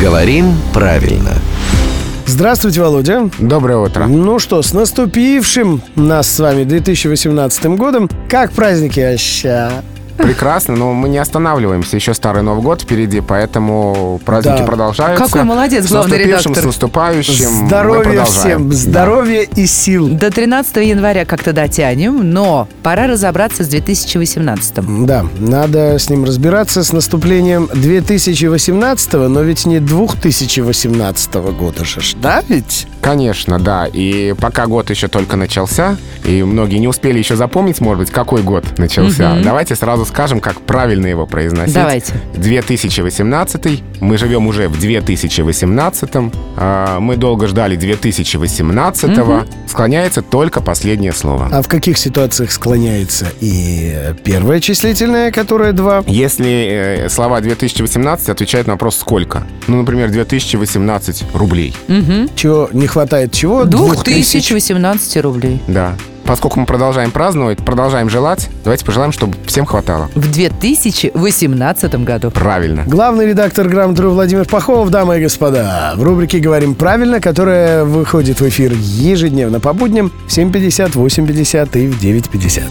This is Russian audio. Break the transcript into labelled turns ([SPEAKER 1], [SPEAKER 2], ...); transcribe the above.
[SPEAKER 1] Говорим правильно.
[SPEAKER 2] Здравствуйте, Володя.
[SPEAKER 3] Доброе утро.
[SPEAKER 2] Ну что, с наступившим нас с вами 2018 годом. Как праздники А оща?
[SPEAKER 3] Прекрасно, но мы не останавливаемся. Еще старый Новый год впереди, поэтому праздники
[SPEAKER 2] Да.
[SPEAKER 3] продолжаются.
[SPEAKER 4] Какой молодец,
[SPEAKER 3] с
[SPEAKER 4] главный
[SPEAKER 3] наступившим,
[SPEAKER 4] редактор.
[SPEAKER 3] С наступающим. мы
[SPEAKER 2] Здоровья
[SPEAKER 3] продолжаем.
[SPEAKER 2] всем,
[SPEAKER 3] Да.
[SPEAKER 2] здоровья и сил.
[SPEAKER 4] До 13 января как-то дотянем, но пора разобраться с 2018.
[SPEAKER 2] Да, надо с ним разбираться с наступлением 2018, но ведь не 2018 года же, ж, да ведь?
[SPEAKER 3] Конечно, да. И пока год еще только начался, и многие не успели еще запомнить, может быть, какой год начался. Давайте сразу скажем, как правильно его произносить.
[SPEAKER 4] Давайте.
[SPEAKER 3] 2018. Мы живем уже в 2018. А, Мы долго ждали 2018. Склоняется только последнее слово.
[SPEAKER 2] А в каких ситуациях склоняется и э, первое числительное, которое 2?
[SPEAKER 3] Если э, слова 2018 отвечают на вопрос «сколько?». Ну, например, 2018 рублей.
[SPEAKER 2] Чего не хватает чего? Двух тысяч.
[SPEAKER 4] 2018 рублей.
[SPEAKER 3] Да. Поскольку мы продолжаем праздновать, продолжаем желать, давайте пожелаем, чтобы всем хватало.
[SPEAKER 4] В 2018 году.
[SPEAKER 3] Правильно.
[SPEAKER 2] Главный редактор «Грамотру» Владимир Пахомов, дамы и господа. В рубрике «Говорим правильно», которая выходит в эфир ежедневно по будням в 7.50, 8.50 и в 9.50.